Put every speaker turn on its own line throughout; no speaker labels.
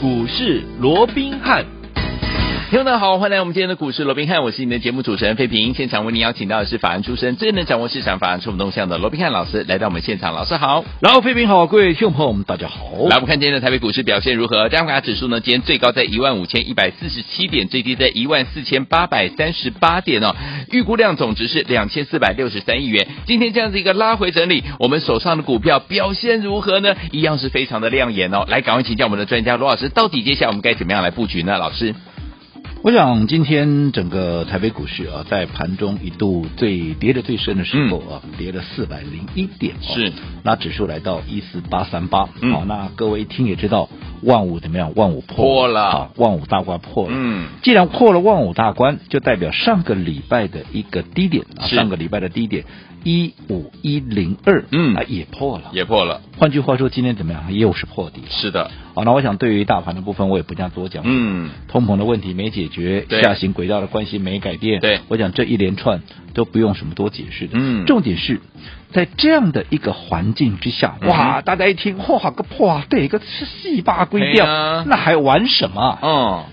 股市罗宾汉。听众们好，欢迎来我们今天的股市罗宾汉，我是你的节目主持人费平。现场为您邀请到的是法案出身、最能掌握市场法案触动动向的罗宾汉老师，来到我们现场。老师好，
然后，飞平好，各位听众朋友们，大家好。
来，我们看今天的台北股市表现如何？加权指数呢，今天最高在15,147点，最低在14,838点哦。预估量总值是2,463亿元。今天这样子一个拉回整理，我们手上的股票表现如何呢？一样是非常的亮眼哦。来，赶快请教我们的专家罗老师，到底接下来我们该怎么样来布局呢？老师，
我想今天整个台北股市啊，在盘中一度最跌的最深的时候啊，跌了四百零一点、哦，
嗯是，
那指数来到一四八三八，
嗯
好，那各位一听也知道，万五怎么样？万五破
破了
啊万五大关破了。
嗯，
既然破了万五大关，就代表上个礼拜的一个低点啊，
是
上个礼拜的低点一五一零二，
嗯
啊也破了。
也破了，
换句话说，今天怎么样？又是破底了。
是的，
好，那我想对于大盘的部分，我也不想多讲。
嗯，
通膨的问题没解决，
对
下行轨道的关系没改变，
对
我讲这一连串都不用什么多解释的。
嗯
重点是在这样的一个环境之下，
嗯
哇，大家一听，哇，个破啊对，个戏霸归
对啊
掉，那还玩什么啊？
哦，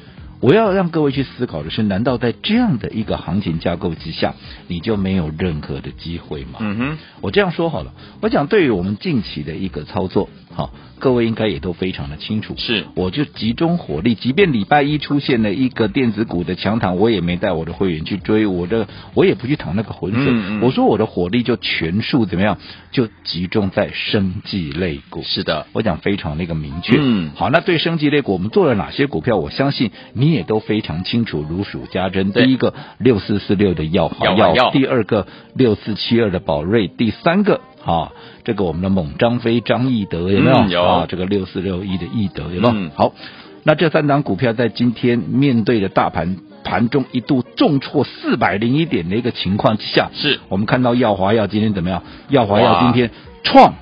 我要让各位去思考的是，难道在这样的一个行情架构之下，你就没有任何的机会吗？
嗯哼，
我这样说好了，我讲对于我们近期的一个操作，好，各位应该也都非常的清楚。
是
我就集中火力，即便礼拜一出现了一个电子股的强弹，我也没带我的会员去追，我的我也不去淌那个浑水。
嗯嗯
我说我的火力就全数怎么样，就集中在生技类股。
是的，
我讲非常的一个明确。
嗯
好，那对生技类股，我们做了哪些股票？我相信你也都非常清楚，如数家珍。
对
第一个六四四六的药好
药啊药
第二个六四七二的宝瑞，第三个。啊，这个我们的猛张飞张翼德有没有？
嗯有
啊，这个六四六一的翼德有没有？
嗯
好，那这三档股票在今天面对着大盘盘中一度重挫四百零一点的一个情况之下，
是
我们看到耀华药今天怎么样？耀华
哇
药今天创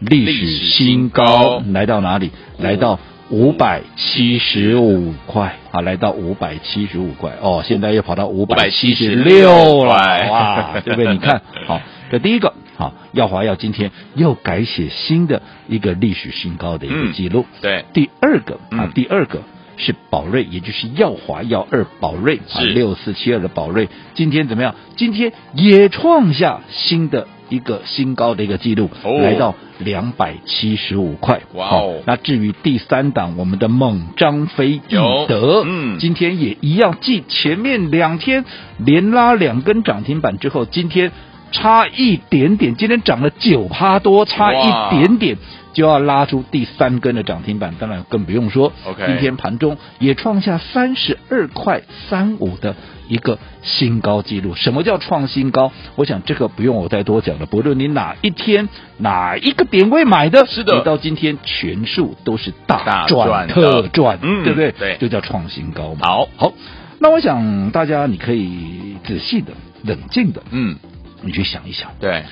历
历史
史
新
新
高
高，来到哪里？来到五百七十五块啊，来到五百七十五块哦，现在又跑到五百七
576
十六
块
了，哇，对不对？你看，好，这第一个。好，耀华药今天又改写新的一个历史新高的一
嗯
个记录。
对，
第二个啊
嗯，
第二个是宝瑞，也就是耀华耀二宝瑞啊，
是
六四七二的宝瑞，今天怎么样？今天也创下新的一个新高的一个记录，
哦
来到两百七十五块。
哇哦
好那至于第三档，我们的猛张飞易
有
德，
嗯
今天也一样，继前面两天连拉两根涨停板之后，今天。差一点点，今天涨了九趴多，差
哇
一点一点就要拉出第三根的涨停板，当然更不用说
OK
今天盘中也创下三十二块三五的一个新高纪录。什么叫创新高？我想这个不用我再多讲了。不论你哪一天哪一个点位买的，
是的
你到今天全数都是
大
大
赚
赚
的
特赚，
嗯
对不对？
对
就叫创新高嘛。
好，
好，那我想大家你可以仔细的、冷静的，
嗯，
你去想一想。
对，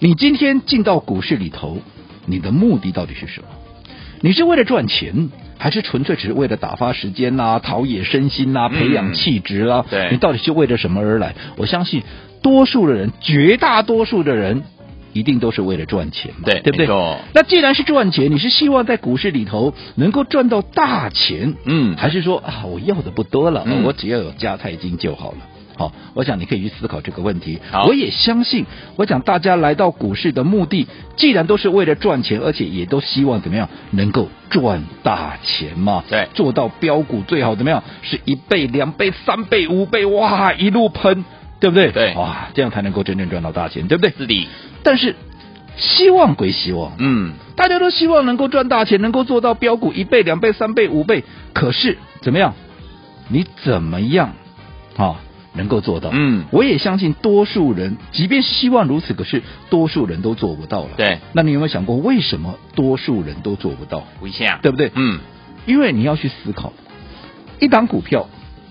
你今天进到股市里头，你的目的到底是什么？你是为了赚钱，还是纯粹只是为了打发时间呐、陶冶身心呐、
嗯
培养气质啦、
对
你到底是为了什么而来？我相信多数的人，绝大多数的人。一定都是为了赚钱嘛，
对
对
没
不对
错？
那既然是赚钱，你是希望在股市里头能够赚到大钱，
嗯，
还是说啊，我要的不多了，
嗯
我只要有加泰金就好了。好，我想你可以去思考这个问题
好。
我也相信，我想大家来到股市的目的，既然都是为了赚钱，而且也都希望怎么样能够赚大钱嘛。
对
做到标股最好怎么样？是一倍、两倍、三倍、五倍，哇，一路喷，对不对？
对
哇，这样才能够真正赚到大钱，对不对？
是的，
但是希望归希望，
嗯，
大家都希望能够赚大钱，能够做到标股一倍、两倍、三倍、五倍。可是怎么样？你怎么样啊？能够做到？
嗯
我也相信多数人，即便是希望如此，可是多数人都做不到了。
对，
那你有没有想过，为什么多数人都做不到？
不一下，
对不对？
嗯，
因为你要去思考，一档股票，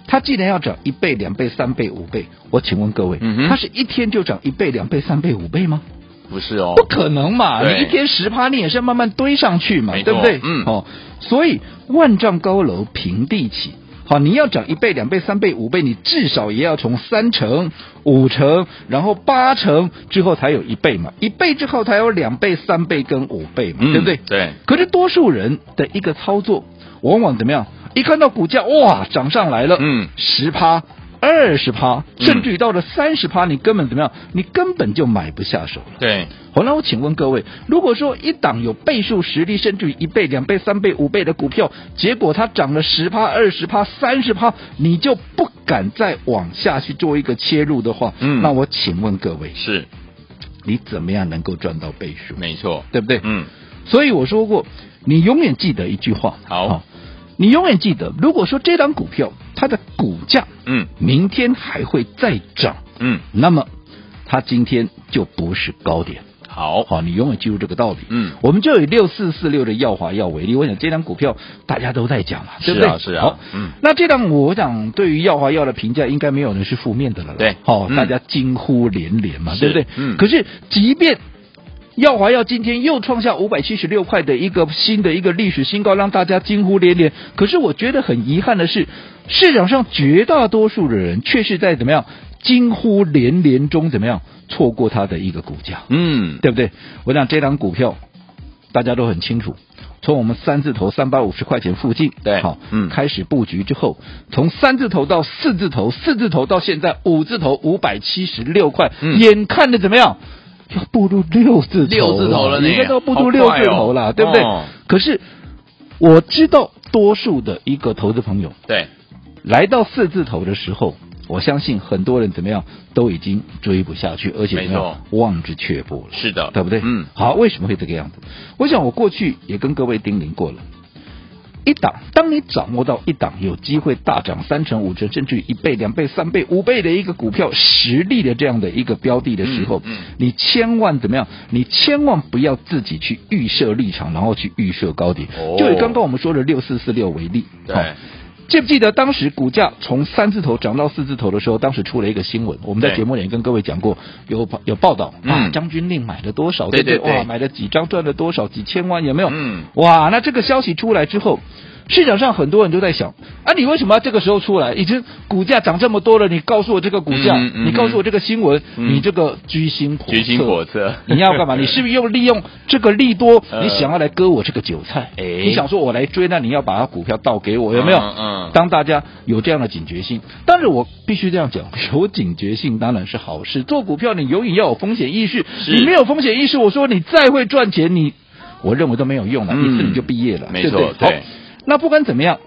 它既然要涨一倍、两倍、三倍、五倍，我请问各位，
嗯哼
它是一天就涨一倍、两倍、三倍、五倍吗？
不是哦
不，可能嘛！
对
你一天十趴，你也是慢慢堆上去嘛
没，错
对不对？
嗯
哦，所以万丈高楼平地起。好，你要涨一倍、两倍、三倍、五倍，你至少也要从三成、五成，然后八成之后才有一倍嘛，一倍之后才有两倍、三倍跟五倍嘛，
嗯
对不对？
对，
可是多数人的一个操作，往往怎么样？一看到股价哇涨上来了，
嗯
十趴、二十趴，
嗯
甚至于到了三十趴，你根本怎么样？你根本就买不下手了。
对，
好，那我请问各位，如果说一档有倍数实力，甚至于一倍、两倍、三倍、五倍的股票，结果它涨了十趴、二十趴、三十趴，你就不敢再往下去做一个切入的话，
嗯
那我请问各位，
是
你怎么样能够赚到倍数？
没错，
对不对？
嗯，
所以我说过，你永远记得一句话，哦
好
你永远记得，如果说这档股票它的股价
嗯
明天还会再涨，
嗯，
那么它今天就不是高点。
好，
好，你永远记住这个道理。
嗯
我们就以六四四六的耀华药为例，我想这张股票大家都在讲嘛，对不对？
是啊是啊
好，
嗯
那这张我想对于耀华药的评价，应该没有人是负面的了啦。
对
好、
嗯
大家惊呼连连嘛，
是
对不对？
嗯
可是即便耀华药今天又创下五百七十六块的一个新的一个历史新高，让大家惊呼连连。可是我觉得很遗憾的是，市场上绝大多数的人却是在怎么样惊呼连连中怎么样错过它的一个股价。
嗯，
对不对？我讲这档股票，大家都很清楚，从我们三字头三百五十块钱附近，
对
好，
嗯
开始布局之后，从三字头到四字头，四字头到现在五字头五百七十六块，
嗯
眼看着怎么样？要步入六字头
六字头了呢
应该都步
好
入
快
六字头了，
哦
对不对？
哦
可是我知道多数的一个投资朋友，
对，
来到四字头的时候，我相信很多人怎么样都已经追不下去，而且
没
怎么样望之却步了。
是的，
对不对？
嗯，
好，为什么会这个样子？我想我过去也跟各位叮咛过了。一档，当你掌握到一档有机会大涨三成、五成，甚至于一倍、两倍、三倍、五倍的一个股票实力的这样的一个标的的时候，
嗯嗯
你千万怎么样？你千万不要自己去预设立场，然后去预设高点。
哦
就以刚刚我们说的六四四六为例，
对
好记不记得当时股价从三字头涨到四字头的时候，当时出了一个新闻，我们在
对
节目里也跟各位讲过，有报有报道、啊
嗯，
张军令买了多少，
对
不
对对
哇，买了几张，赚了多少，几千万，有没有？
嗯，
哇，那这个消息出来之后，市场上很多人都在想，啊，你为什么要这个时候出来？已经股价涨这么多了，你告诉我这个股价，
嗯嗯嗯
你告诉我这个新闻，
嗯
你这个居心叵测，
居心叵测
哦 你要干嘛？你是不是又利用这个利多，
呃
你想要来割我这个韭菜？
哎
你想说我来追，那你要把它股票倒给我，有没有？
嗯嗯
当大家有这样的警觉性，但是我必须这样讲， 有警觉性当然是好事。做股票你永远要有风险意识，
是
你没有风险意识，我说你再会赚钱，你我认为都没有用了，
嗯
一次你就毕业了，
没
对不对
错
好
对，
那不管怎么样，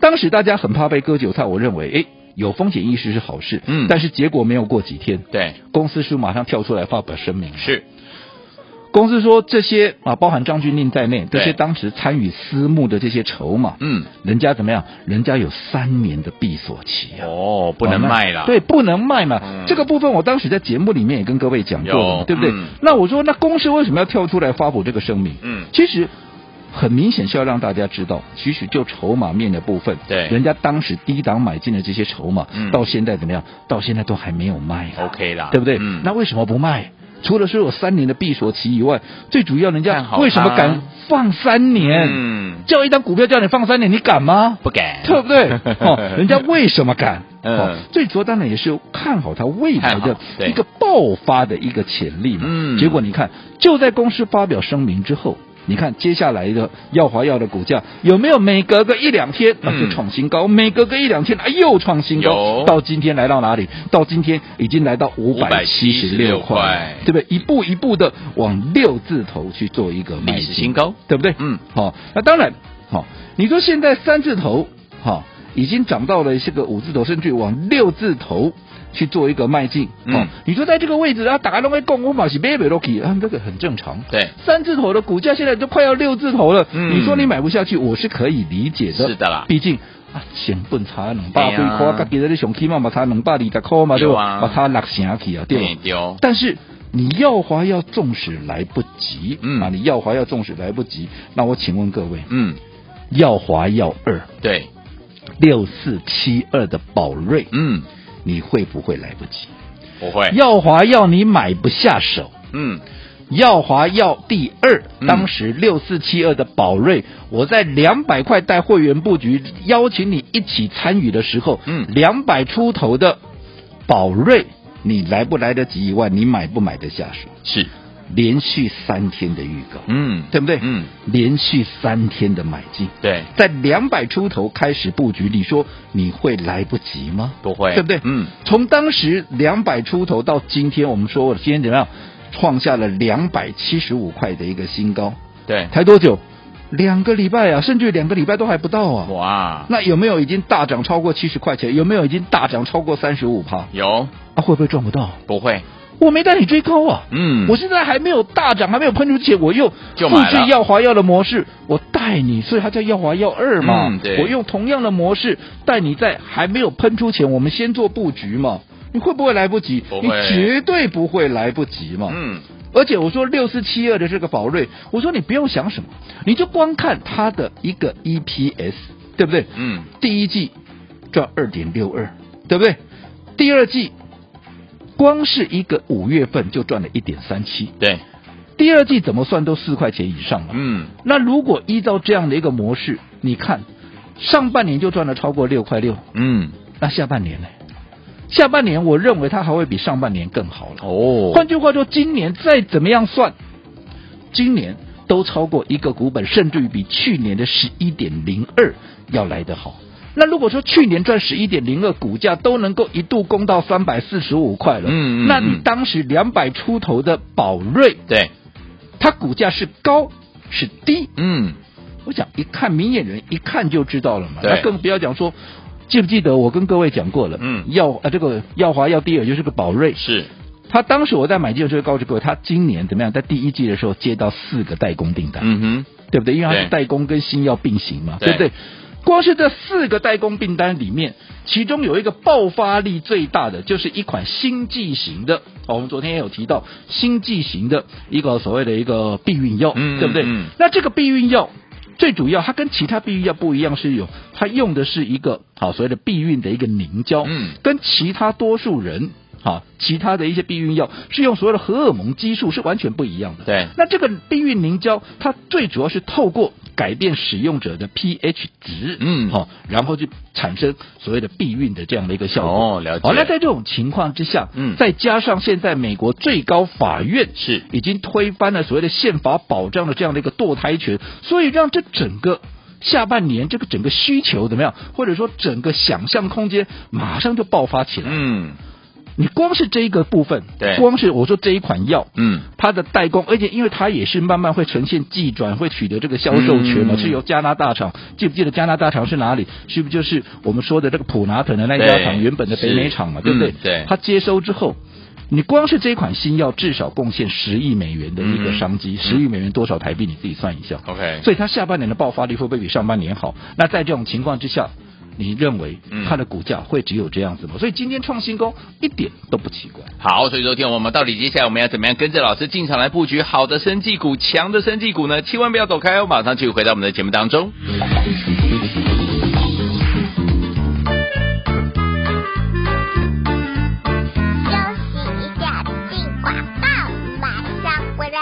当时大家很怕被割韭菜，我认为，哎，有风险意识是好事，
嗯
但是结果没有过几天，
对，
公司是不是马上跳出来发表声明，
是，
公司说这些啊，包含张军令在内，这
对
些当时参与私募的这些筹码，
嗯，
人家怎么样？人家有三年的闭锁期啊。
哦，不能
哦那
卖了，，
对，不能卖嘛。
嗯
这个部分我当时在节目里面也跟各位讲过了
有
嘛，对不对？
嗯
那我说，那公司为什么要跳出来发布这个声明？
嗯，
其实很明显是要让大家知道，其实就筹码面的部分，
对
人家当时低档买进的这些筹码，
嗯
到现在怎么样？到现在都还没有卖啊
OK 啦，
对不对？
嗯，
那为什么不卖？除了说有三年的闭锁期以外，最主要人
看
家
好它
为什么敢放三年？
嗯，
叫一张股票叫你放三年，你敢吗？
不敢，
对 不对？哦，人家为什么敢？
嗯
哦，最主要当然也是看好它未来
看
的
好对
一个爆发的一个潜力嘛。
嗯
结果你看，就在公司发表声明之后。你看接下来的耀华药的股价有没有每隔个一两天啊
嗯
就创新高，每隔个一两天啊又创新
有
高，到今天来到哪里？到今天已经来到五百七十六
576块
块，对不对？一步一步的往六字头去做一个迈
历史
进
新高
对不对？
嗯，
好、那当然，好、你说现在三字头，哈、已经涨到了这个五字头，甚至往六字头去做一个迈进，
嗯
你说在这个位置啊，打开龙威共我马是买不落去，啊，这个很正常。
对，
三字头的股价现在都快要六字头了，
嗯
你说你买不下去，我是可以理解的。
是的啦
毕竟啊，成本差两百几
对啊
块，家己在你上起码嘛差两百二十块嘛，对
对
吧
啊？
嘛差六成去啊，对吧
对？哎丢，
但是你耀华要纵使来不及，
嗯
啊，你耀华要纵使来不及，那我请问各位，
嗯，
耀华耀二
对，
六四七二的宝瑞，
嗯，哎
你会不会来不及？
不会，
耀华要你买不下手，
嗯，
耀华药第二
嗯，
当时六四七二的宝瑞，我在两百块带会员布局，邀请你一起参与的时候，
嗯
两百出头的宝瑞，你来不来得及以外，你买不买得下手？
是，
连续三天的预告，
嗯，
对不对？
嗯，
连续三天的买进，
对，
在两百出头开始布局，你说你会来不及吗？
不会，
对不对？
嗯，
从当时两百出头到今天，我们说今天怎么样，创下了两百七十五块的一个新高，
对，
才多久？两个礼拜啊，甚至两个礼拜都还不到啊。
哇，
那有没有已经大涨超过七十块钱？有没有已经大涨超过三十五趴？
有
啊，会不会赚不到？
不会？
我没带你追高啊，
嗯，
我现在还没有大涨，还没有喷出之前，我又
就
复
买了
制耀华耀的模式，我带你，所以它叫耀华耀二嘛。
嗯对
我用同样的模式带你在还没有喷出前，我们先做布局嘛。你会不会来不及？
不会
你绝对不会来不及嘛。
嗯，
而且我说六四七二的这个宝瑞，我说你不用想什么，你就光看它的一个 EPS，对不对？
嗯，
第一季赚二点六二，对不对？第二季光是一个五月份就赚了一点三七，
对，
第二季怎么算都四块钱以上了。
嗯，
那如果依照这样的一个模式，你看上半年就赚了超过六块六，
嗯，
那下半年呢？下半年我认为它还会比上半年更好了。
哦，
换句话说，今年再怎么样算，今年都超过一个股本，甚至于比去年的十一点零二要来得好。那如果说去年赚十一点零二，股价都能够一度攻到三百四十五块了，
嗯嗯
那你
嗯
当时两百出头的宝瑞，
对，
它股价是高是低，
嗯，
我想一看明眼人一看就知道了嘛。
对
那更不要讲说，记不记得我跟各位讲过了，
嗯
耀啊这个耀华耀低尔就是个宝瑞，
是，
他当时我在买进的时候告诉各位，他今年怎么样？在第一季的时候接到四个代工订单，
嗯哼，
对不对？因为它
对
是代工跟新药并行嘛，
对
对不对？光是这四个代工订单里面，其中有一个爆发力最大的，就是一款新剂型的。哦，我们昨天也有提到新剂型的一个所谓的一个避孕药，
嗯
对不对？
嗯
那这个避孕药最主要，它跟其他避孕药不一样，是有它用的是一个好所谓的避孕的一个凝胶，
嗯
跟其他多数人。好，其他的一些避孕药是用所谓的荷尔蒙激素，是完全不一样的。
对，
那这个避孕凝胶，它最主要是透过改变使用者的 pH 值，
嗯
好、然后就产生所谓的避孕的这样的一个效果。
哦，了解，
好，那在这种情况之下，
嗯
再加上现在美国最高法院
是
已经推翻了所谓的宪法保障的这样的一个堕胎权，所以让这整个。下半年这个整个需求怎么样，或者说整个想象空间马上就爆发起来。
嗯
你光是这一个部分，
对
光是我说这一款药，
嗯，
它的代工，而且因为它也是慢慢会呈现寄转，会取得这个销售权嘛，
嗯
是由加拿大厂，记不记得加拿大厂是哪里？是不是就是我们说的这个普拿腾的那家
对
厂，原本的北美厂嘛，对不对？
嗯对
它接收之后。你光是这一款新药，至少贡献十亿美元的一个商机，
嗯
十、亿美元多少台币？你自己算一下。
OK
所以它下半年的爆发力会不会比上半年好？那在这种情况之下，你认为
嗯
它的股价会只有这样子吗？所以今天创新高一点都不奇怪。
好，所以昨天我们到底接下来我们要怎么样跟着老师进场来布局好的生技股、强的生技股呢？千万不要走开哦，马上去回到我们的节目当中。
休息一下，进广告，马上回来。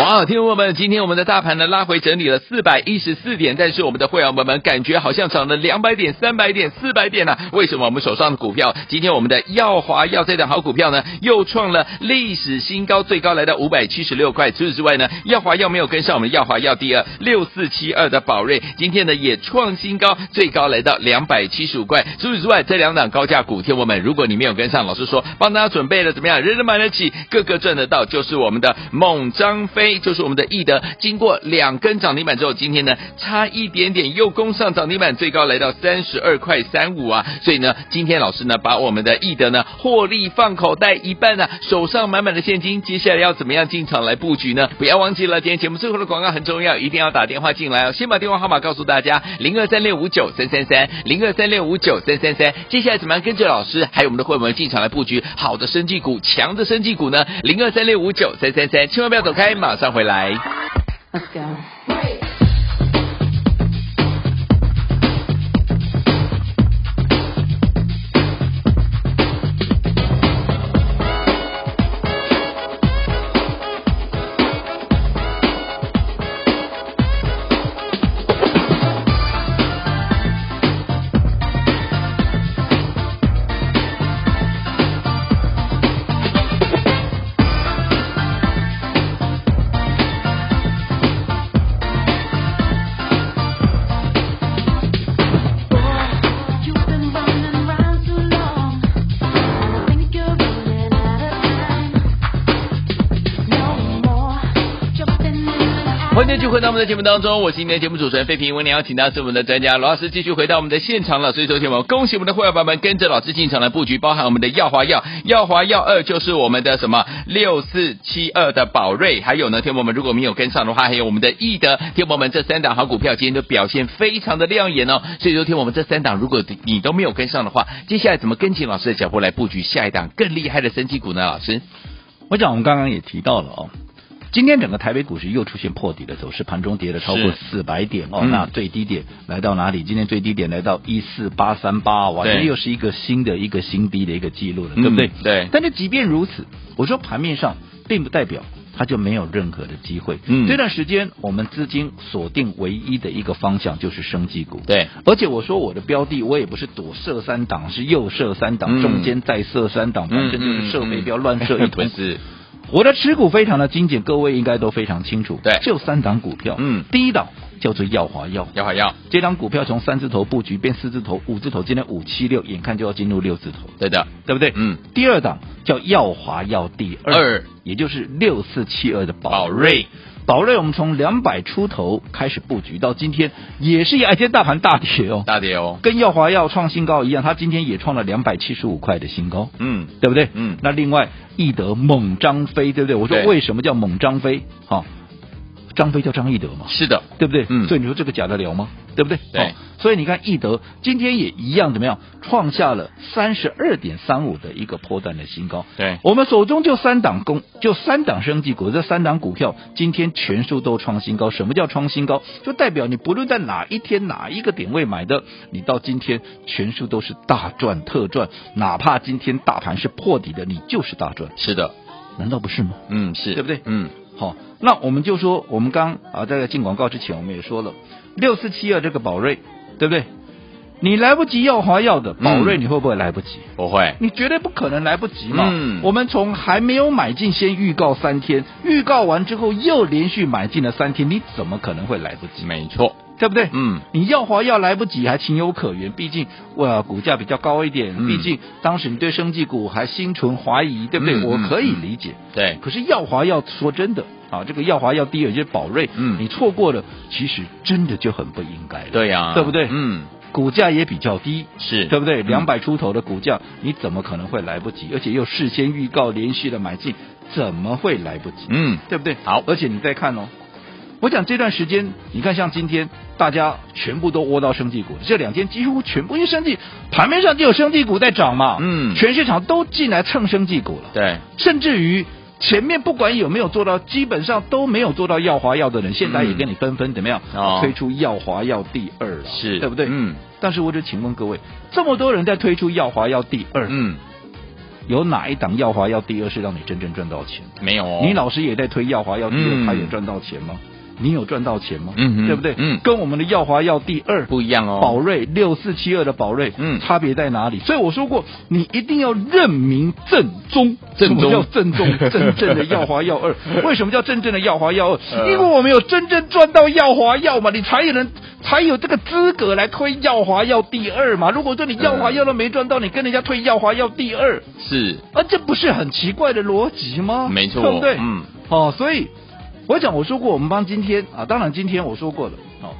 哇，听众朋友们，今天我们的大盘呢拉回整理了四百一十四点，但是我们的会员朋友们感觉好像涨了两百点、三百点、四百点呢、啊为什么我们手上的股票，今天我们的耀华耀这档好股票呢，又创了历史新高，最高来到五百七十六块。除此之外呢，耀华耀没有跟上我们的耀华耀第二六四七二的宝瑞，今天呢也创新高，最高来到两百七十五块。除此之外，这两档高价股，听我们，如果你没有跟上，老师说帮大家准备了怎么样，人人买得起，个个赚得到，就是我们的猛张飞，就是我们的易德。经过两根涨停板之后，今天呢差一点点又攻上涨停板，最高来到三十二块三五啊。所以呢，今天老师呢把我们的易德呢获利放口袋一半呢、手上满满的现金，接下来要怎么样进场来布局呢？不要忘记了，今天节目最后的广告很重要，一定要打电话进来哦。先把电话号码告诉大家，零二三六五九三三三，零二三六五九三三三。接下来怎么样跟着老师还有我们的会员们进场来布局好的生技股、强的生技股呢？零二三六五九三三三，千万不要走开，马上回来。
Let's go.
休息一下，进广告，马上回来。
欢迎继续回到我们的节目当中，我是今天的节目主持人费平。为您邀请到是我们的专家罗老师，继续回到我们的现场了。所以，昨天我们恭喜我们的会员朋友们跟着老师进场的布局，包含我们的耀华药、耀华药二就是我们的什么六四七二的宝瑞，还有呢，天博们如果没有跟上的话，还有我们的易德，天博们这三档好股票今天都表现非常的亮眼哦。所以，昨天我们这三档如果你都没有跟上的话，接下来怎么跟紧老师的脚步来布局下一档更厉害的升级股呢？老师，
我想我们刚刚也提到了哦。今天整个台北股市又出现破底的走势，盘中跌了超过四百点哦。
嗯
那最低点来到哪里？今天最低点来到一四八三八，哦哇，
对
这又是一个新的一个新低的一个记录了，对不对？
嗯对
但是即便如此，我说盘面上并不代表。它就没有任何的机会。
嗯
这段时间我们资金锁定唯一的一个方向就是生技股。
对，
而且我说我的标的，我也不是左射三档，是右射三档，
嗯
中间再射三档，反正就是射飞镖乱射一
不
通。
是，
我的持股非常的精简，各位应该都非常清楚。
对
就三档股票。
嗯
第一档叫做耀华药，
耀华药，
这档股票从三字头布局变四字头、五字头，今天五七六，眼看就要进入六字头，
对的，
对不对？
嗯。
第二档叫耀华药第二，
二
也就是六四七二的
宝
宝瑞。
瑞，
宝瑞我们从两百出头开始布局，到今天也是一样，哎今天大盘大跌哦，
大跌哦，
跟耀华药创新高一样，它今天也创了两百七十五块的新高。
嗯，
对不对？
嗯
那另外，易德猛张飞，对不对？我说
对
为什么叫猛张飞？哈、张飞叫张翼德嘛，
是的，
对不对？
嗯
所以你说这个假得了吗？对不对？
对
所以你看易德今天也一样怎么样，创下了三十二点三五的一个破断的新高。
对
我们手中就三档公，就三档升级股，这三档股票今天全数都创新高。什么叫创新高？就代表你不论在哪一天哪一个点位买的，你到今天全数都是大赚特赚。哪怕今天大盘是破底的，你就是大赚，
是的，
难道不是吗？
嗯，是
对不对
嗯，
好，那我们就说，我们刚啊在进广告之前，我们也说了，六四七二这个宝瑞，对不对？你来不及要华药的宝瑞，
嗯
你会不会来不及？
不会，
你绝对不可能来不及嘛！
嗯
我们从还没有买进，先预告三天，预告完之后又连续买进了三天，你怎么可能会来不及？
没错，
对不对？
嗯，
你要华要来不及，还情有可原，毕竟我、呃股价比较高一点，
嗯
毕竟当时你对生技股还心存怀疑，对不对？
嗯
我
嗯
可以
嗯
理解。
对，
可是耀华要说真的啊，这个耀华要第二就是宝瑞，
嗯
你错过了，其实真的就很不应该了。
对呀、
对不对
嗯，
股价也比较低，
是，
对不对？
嗯
两百出头的股价，你怎么可能会来不及？而且又事先预告，连续的买进，怎么会来不及？
嗯，
对不对？
好
而且你再看哦，我讲这段时间，你看像今天大家全部都窝到生技股，这两天几乎全部因为生技盘面上就有生技股在涨嘛，
嗯
全市场都进来蹭生技股了。
对，
甚至于前面不管有没有做到，基本上都没有做到耀华药的人，现在也跟你纷纷怎么样、
哦
推出耀华药第二了，
是，
对不对？。
嗯
但是我就请问各位，这么多人在推出耀华药第二，
嗯，
有哪一档耀华药第二是让你真正赚到钱？
没有哦，
你老师也在推耀华药第
嗯
二，他有赚到钱吗？你有赚到钱吗？
嗯哼
对不对？
嗯
跟我们的耀华药第二
不一样哦，
宝瑞六四七二的宝瑞，
嗯
差别在哪里？所以我说过，你一定要认明正宗，
正宗
什么叫正 宗？真正的耀华耀二，为什么叫真正的耀华耀
呃
二？因为我们有真正赚到耀华耀嘛，你才有人才有这个资格来推耀华耀第二嘛。如果说你耀华耀都没赚到，你跟人家推耀华耀第二，
是，
啊，这不是很奇怪的逻辑吗？
没错，
对不对？
嗯，
哦，所以我讲我说过，我们帮今天啊，当然今天我说过了，哦，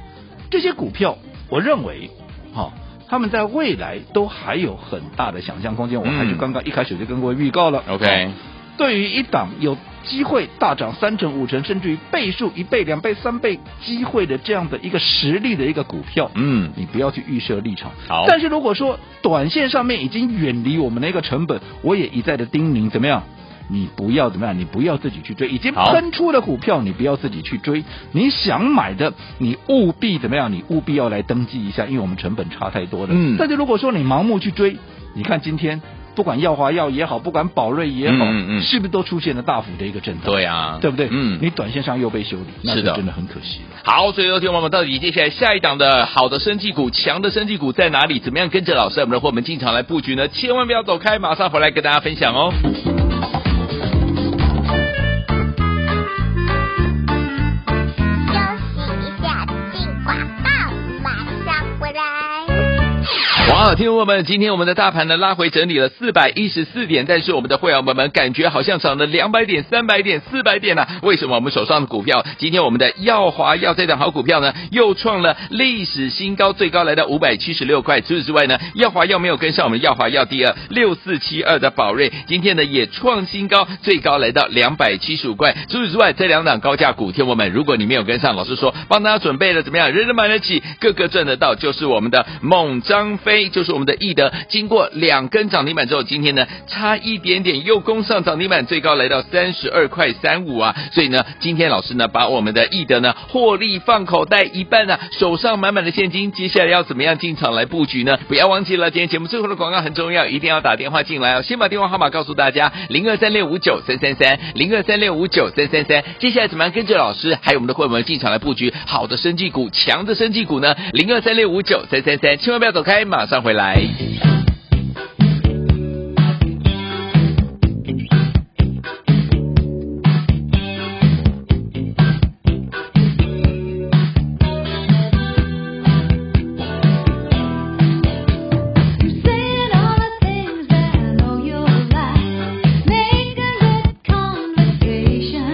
这些股票，我认为，好、他们在未来都还有很大的想象空间。我还是
嗯
刚刚一开始就跟各位预告了、
OK
哦对于一档有机会大涨三成、五成，甚至于倍数一倍、两倍、三倍机会的这样的一个实力的一个股票，
嗯，
你不要去预设立场。
好
但是如果说短线上面已经远离我们的一个成本，我也一再的叮咛，怎么样？你不要怎么样？你不要自己去追，已经
好
喷出的股票，你不要自己去追。你想买的，你务必怎么样？你务必要来登记一下，因为我们成本差太多了。
嗯
但是如果说你盲目去追，你看今天不管耀华药也好，不管宝瑞也好，
嗯嗯嗯
是不是都出现了大幅的一个震荡？
对啊，
对不对？
嗯，
你短线上又被修理，那
是的
就真的很可惜了。
好，所以说，听我们到底接下来下一档的好的生技股、强的生技股在哪里？怎么样跟着老师我们的伙伴们进场来布局呢？千万不要走开，马上回来跟大家分享哦。
休息一下，进广告，马上回来。
华好，听众朋友们，今天我们的大盘呢拉回整理了四百一十四点，但是我们的会员朋友们感觉好像涨了两百点、三百点、四百点呢、啊为什么我们手上的股票，今天我们的耀华耀这档好股票呢，又创了历史新高，最高来到五百七十六块。除此之外呢，耀华耀没有跟上我们耀华耀第二六四七二的宝瑞，今天呢也创新高，最高来到两百七十五块。除此之外，这两档高价股，听我们，如果你没有跟上，老师说帮大家准备了怎么样，人人买得起，个个赚得到，就是我们的猛张飞，就是我们的易德。经过两根涨停板之后，今天呢差一点点又攻上涨停板，最高来到三十二块三五啊。所以呢，今天老师呢把我们的易德呢获利放口袋一半啊，手上满满的现金，接下来要怎么样进场来布局呢？不要忘记了，今天节目最后的广告很重要，一定要打电话进来哦。先把电话号码告诉大家，零二三六五九三三三，零二三六五九三三三。接下来怎么样跟着老师，还有我们的会员进场来布局好的生技股、强的生技股呢？零二三六五九三三三，千万不要走开，马上回来。
Saying all the things that I know you like, making good conversation.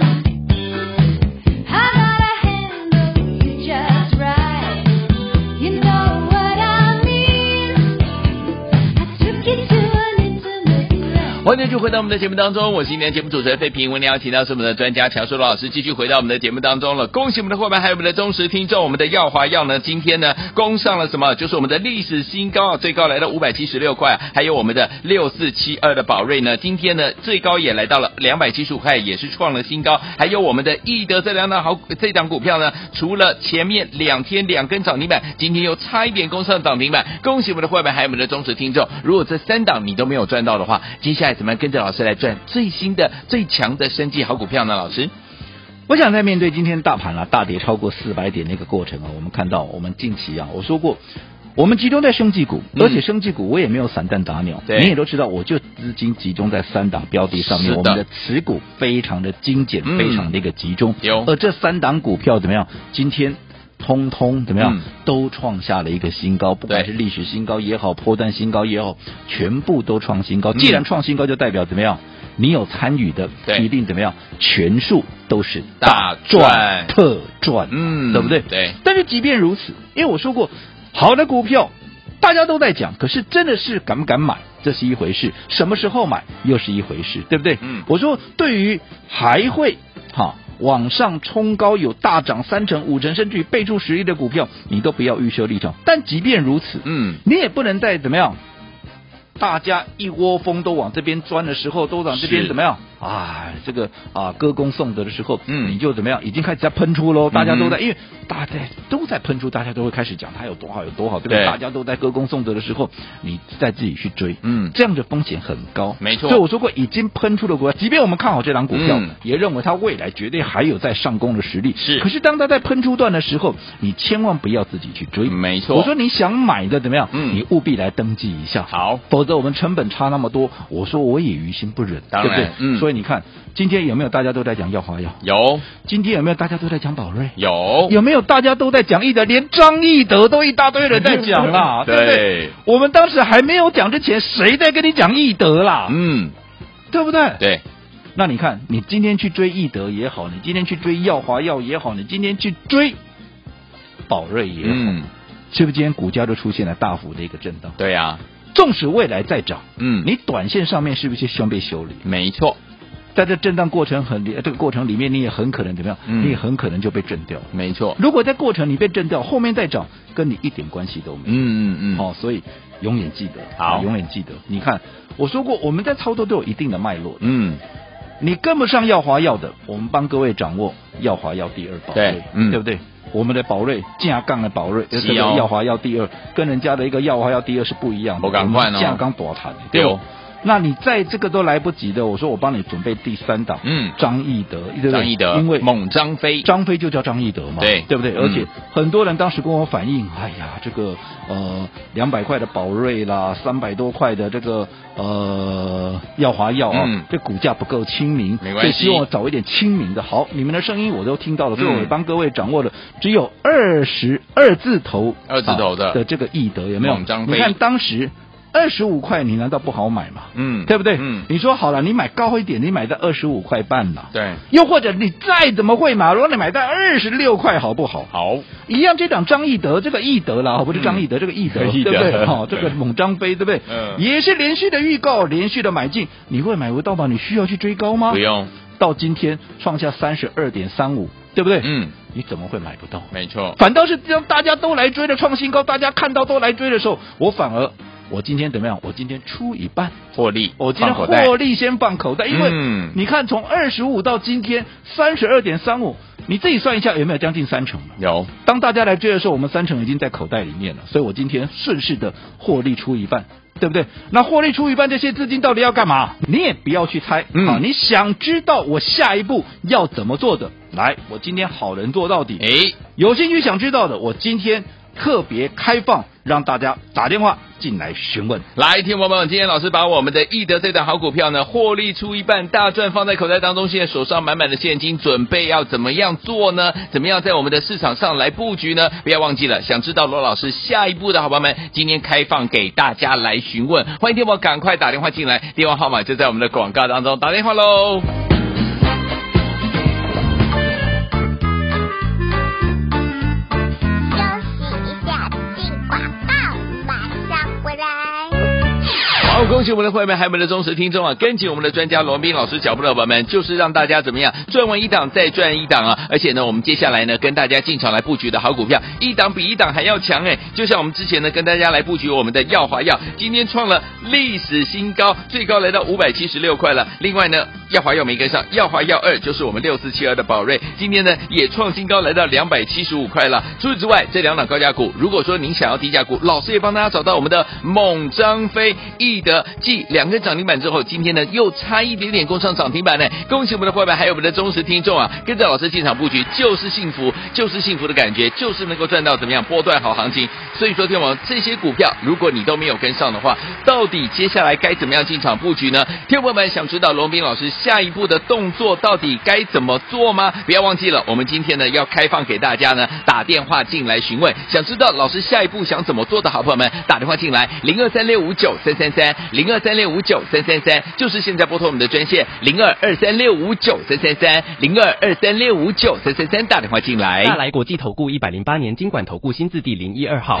I gotta handle you just right. You know what I mean? I took you to an intimate place.
欢迎继续回到我们的节目当中，我是今天的节目主持人费平。我们邀请到是我们的专家乔硕罗老师，继续回到我们的节目当中了。恭喜我们的伙伴，还有我们的忠实听众，我们的耀华耀呢，今天呢攻上了什么？就是我们的历史新高，最高来到五百七十六块，还有我们的六四七二的宝瑞呢，今天呢最高也来到了两百七十五块，也是创了新高。还有我们的易德这两档好这档股票呢，除了前面两天两根涨停板，今天又差一点攻上涨停板，恭喜我们的伙伴，还有我们的忠实听众。如果这三档你都没有赚到的话，接下来怎么样跟着老师来赚最新的、最强的生技好股票呢？老师，
我想在面对今天大盘啊大跌超过四百点那个过程啊，我们看到我们近期啊，我说过。我们集中在生技股，
嗯
而且生技股我也没有散弹打鸟，
对
你也都知道，我就资金集中在三档标的上
是
面，
的
我们的持股非常的精简，
嗯
非常的一个集中。
有
而这三档股票怎么样？今天。通通怎么样、
嗯
都创下了一个新高，不管是
对
历史新高也好，破蛋新高也好，全部都创新高。
嗯
既然创新高，就代表怎么样？你有参与的，
对
一定怎么样？全数都是
大赚
特赚，
嗯
对不对？
对。
但是即便如此，因为我说过，好的股票大家都在讲，可是真的是敢不敢买，这是一回事；什么时候买又是一回事，对不对？
嗯
我说对于还会哈。往上冲高有大涨三成、五成，甚至于倍数实力的股票，你都不要预设立场。但即便如此，
嗯，
你也不能再怎么样，大家一窝蜂都往这边钻的时候，都往这边
是
怎么样啊？这个啊歌功颂德的时候，
嗯
你就怎么样，已经开始在喷出喽。大家都在，
嗯
因为大家都在喷出，大家都会开始讲它有多好有多好，对不对？
对
大家都在歌功颂德的时候，你再自己去追，
嗯
这样的风险很高，
没错
所以我说过，已经喷出的股票，即便我们看好这档股票，
嗯
也认为它未来绝对还有在上攻的实力。
是
可是当它在喷出段的时候，你千万不要自己去追，
嗯没错
我说你想买的怎么样？
嗯
你务必来登记一下，
好，
否则我们成本差那么多，我说我也于心不忍，
当
对不对
然？嗯
所以你看今天有没有大家都在讲耀华药？
有
今天有没有大家都在讲宝瑞？
有，
有没有大家都在讲义德？连张义德都一大堆人在讲啦 对不对？
对，
我们当时还没有讲之前，谁在跟你讲义德啦？
嗯，
对不对？
对，
那你看，你今天去追易德也好，你今天去追耀华药也好，你今天去追宝瑞也好，
嗯，
是不是今天股价就出现了大幅的一个震荡？
对呀，
纵使未来再涨，
嗯，
你短线上面是不是先被修理？
没错，
在这震荡过程很这个过程里面，你也很可能怎么样？
嗯
你也很可能就被震掉了。
没错，
如果在过程你被震掉，后面再涨，跟你一点关系都没
嗯
有。
嗯嗯，
哦，所以永远记得，
好
啊永远记得。你看，我说过，我们在操作都有一定的脉络的。
嗯，
你跟不上耀华药的，我们帮各位掌握耀华药第二宝瑞，
对嗯
对不对？我们的宝瑞架杠的宝瑞，
是哦
这个耀华药第二，跟人家的一个耀华药第二是不一样的。
不赶快哦
架杠多谈，
对哦
哦。那你在这个都来不及的，我说我帮你准备第三档，
嗯
张义德，对不对
张义德，
因为
猛张飞，
张飞就叫张义德嘛，
对
对不对？
嗯
而且很多人当时跟我反映，哎呀，这个呃两百块的宝瑞啦，三百多块的这个呃耀华药啊、
嗯
这股价不够亲民，
没关系
所以希望我找一点亲民的。好，你们的声音我都听到了，所以我也
嗯
帮各位掌握了只有二十二字头
二字头的
啊的这个义德有没有
猛？张飞
你看当时二十五块，你难道不好买吗？
嗯
对不对？
嗯，
你说好了，你买高一点，你买到二十五块半了。
对，
又或者你再怎么会买，如果你买到二十六块，好不好？
好，
一样，这档张义德，这个义德啦，不是张义德，这个义德，
义
对
德
不对？好，
对
这个猛张飞，对不对？
嗯
也是连续的预告，连续的买进，你会买不到吗？你需要去追高吗？
不。用，
到今天创下三十二点三五，对不对？
嗯，
你怎么会买不到？
没错，
反倒是当大家都来追的创新高，大家看到都来追的时候，我反而我今天怎么样？我今天出一半，
获利，
我今天
放口袋
获利先放口袋，因为
嗯
你看从二十五到今天三十二点三五，你自己算一下有没有将近三成了？
有，
当大家来追的时候，我们三成已经在口袋里面了，所以我今天顺势的获利出一半，对不对？那获利出一半，这些资金到底要干嘛？你也不要去猜、
嗯
啊！你想知道我下一步要怎么做的？来，我今天好人做到底。
哎，
有兴趣想知道的，我今天特别开放，让大家打电话进来询问。
来，听众朋友们，今天老师把我们的易德这档好股票呢，获利出一半，大赚放在口袋当中，现在手上满满的现金，准备要怎么样做呢？怎么样在我们的市场上来布局呢？不要忘记了，想知道罗老师下一步的好朋友们，今天开放给大家来询问，欢迎听众朋友赶快打电话进来，电话号码就在我们的广告当中，打电话喽。
休息一下，进广告，马上回来。
好，恭喜我们的会员，还有我们的忠实听众啊！跟紧我们的专家罗斌老师脚步的宝宝们，就是让大家怎么样赚完一档再赚一档啊！而且呢，我们接下来呢跟大家进场来布局的好股票，一档比一档还要强哎！就像我们之前呢跟大家来布局我们的耀华药，今天创了历史新高，最高来到五百七十六块了。另外呢，耀华药没跟上，耀华药二就是我们六四七二的宝瑞，今天呢也创新高来到两百七十五块了。除此之外，这两档高价股，如果说您想要低价股，老师也帮大家找到我们的猛张飞、易德，继两根涨停板之后，今天呢又差一点点攻上涨停板呢。恭喜我们的伙伴，还有我们的忠实听众啊！跟着老师进场布局，就是幸福，就是幸福的感觉，就是能够赚到怎么样波段好行情。所以说，天王这些股票，如果你都没有跟上的话，到底接下来该怎么样进场布局呢？听众朋友们想知道龙斌老师下一步的动作到底该怎么做吗？不要忘记了，我们今天呢要开放给大家呢打电话进来询问，想知道老师下一步想怎么做的好朋友们打电话进来，零二三六五九三三三，零二三六五九三三三，就是现在拨通我们的专线零二二三六五九三三三，零二二三六五九三三三，打电话进来。
大来国际投顾一百零八年经管投顾新字第零一二号。